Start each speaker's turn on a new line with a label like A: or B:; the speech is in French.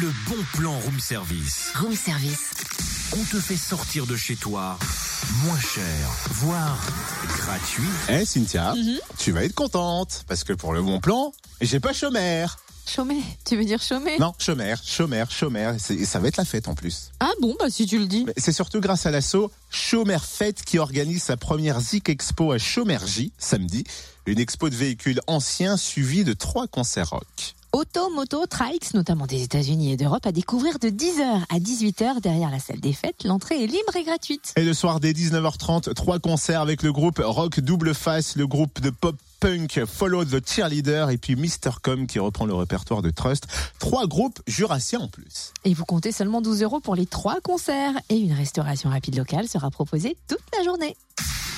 A: Le bon plan room service.
B: Room service.
A: On te fait sortir de chez toi moins cher, voire gratuit.
C: Eh Cynthia, tu vas être contente parce que pour le bon plan, j'ai pas chômère.
D: Chômer Tu veux dire chômer
C: Non, chômère, chômère, chômère. C'est- Et ça va être la fête en plus.
D: Ah bon, bah si tu le dis.
C: Mais C'est surtout grâce à l'assaut Chômère Fête qui organise sa première Zik Expo à Chômergy samedi. Une expo de véhicules anciens suivie de trois concerts rock.
D: Auto, moto, trikes, notamment des États-Unis et d'Europe, à découvrir de 10h à 18h derrière la salle des fêtes. L'entrée est libre et gratuite.
C: Et le soir dès 19h30, trois concerts avec le groupe Rock Double Face, le groupe de pop punk Follow the Cheerleader et puis Mr. Com qui reprend le répertoire de Trust. Trois groupes jurassiens en plus.
D: Et vous comptez seulement 12 euros pour les trois concerts. Et une restauration rapide locale sera proposée toute la journée.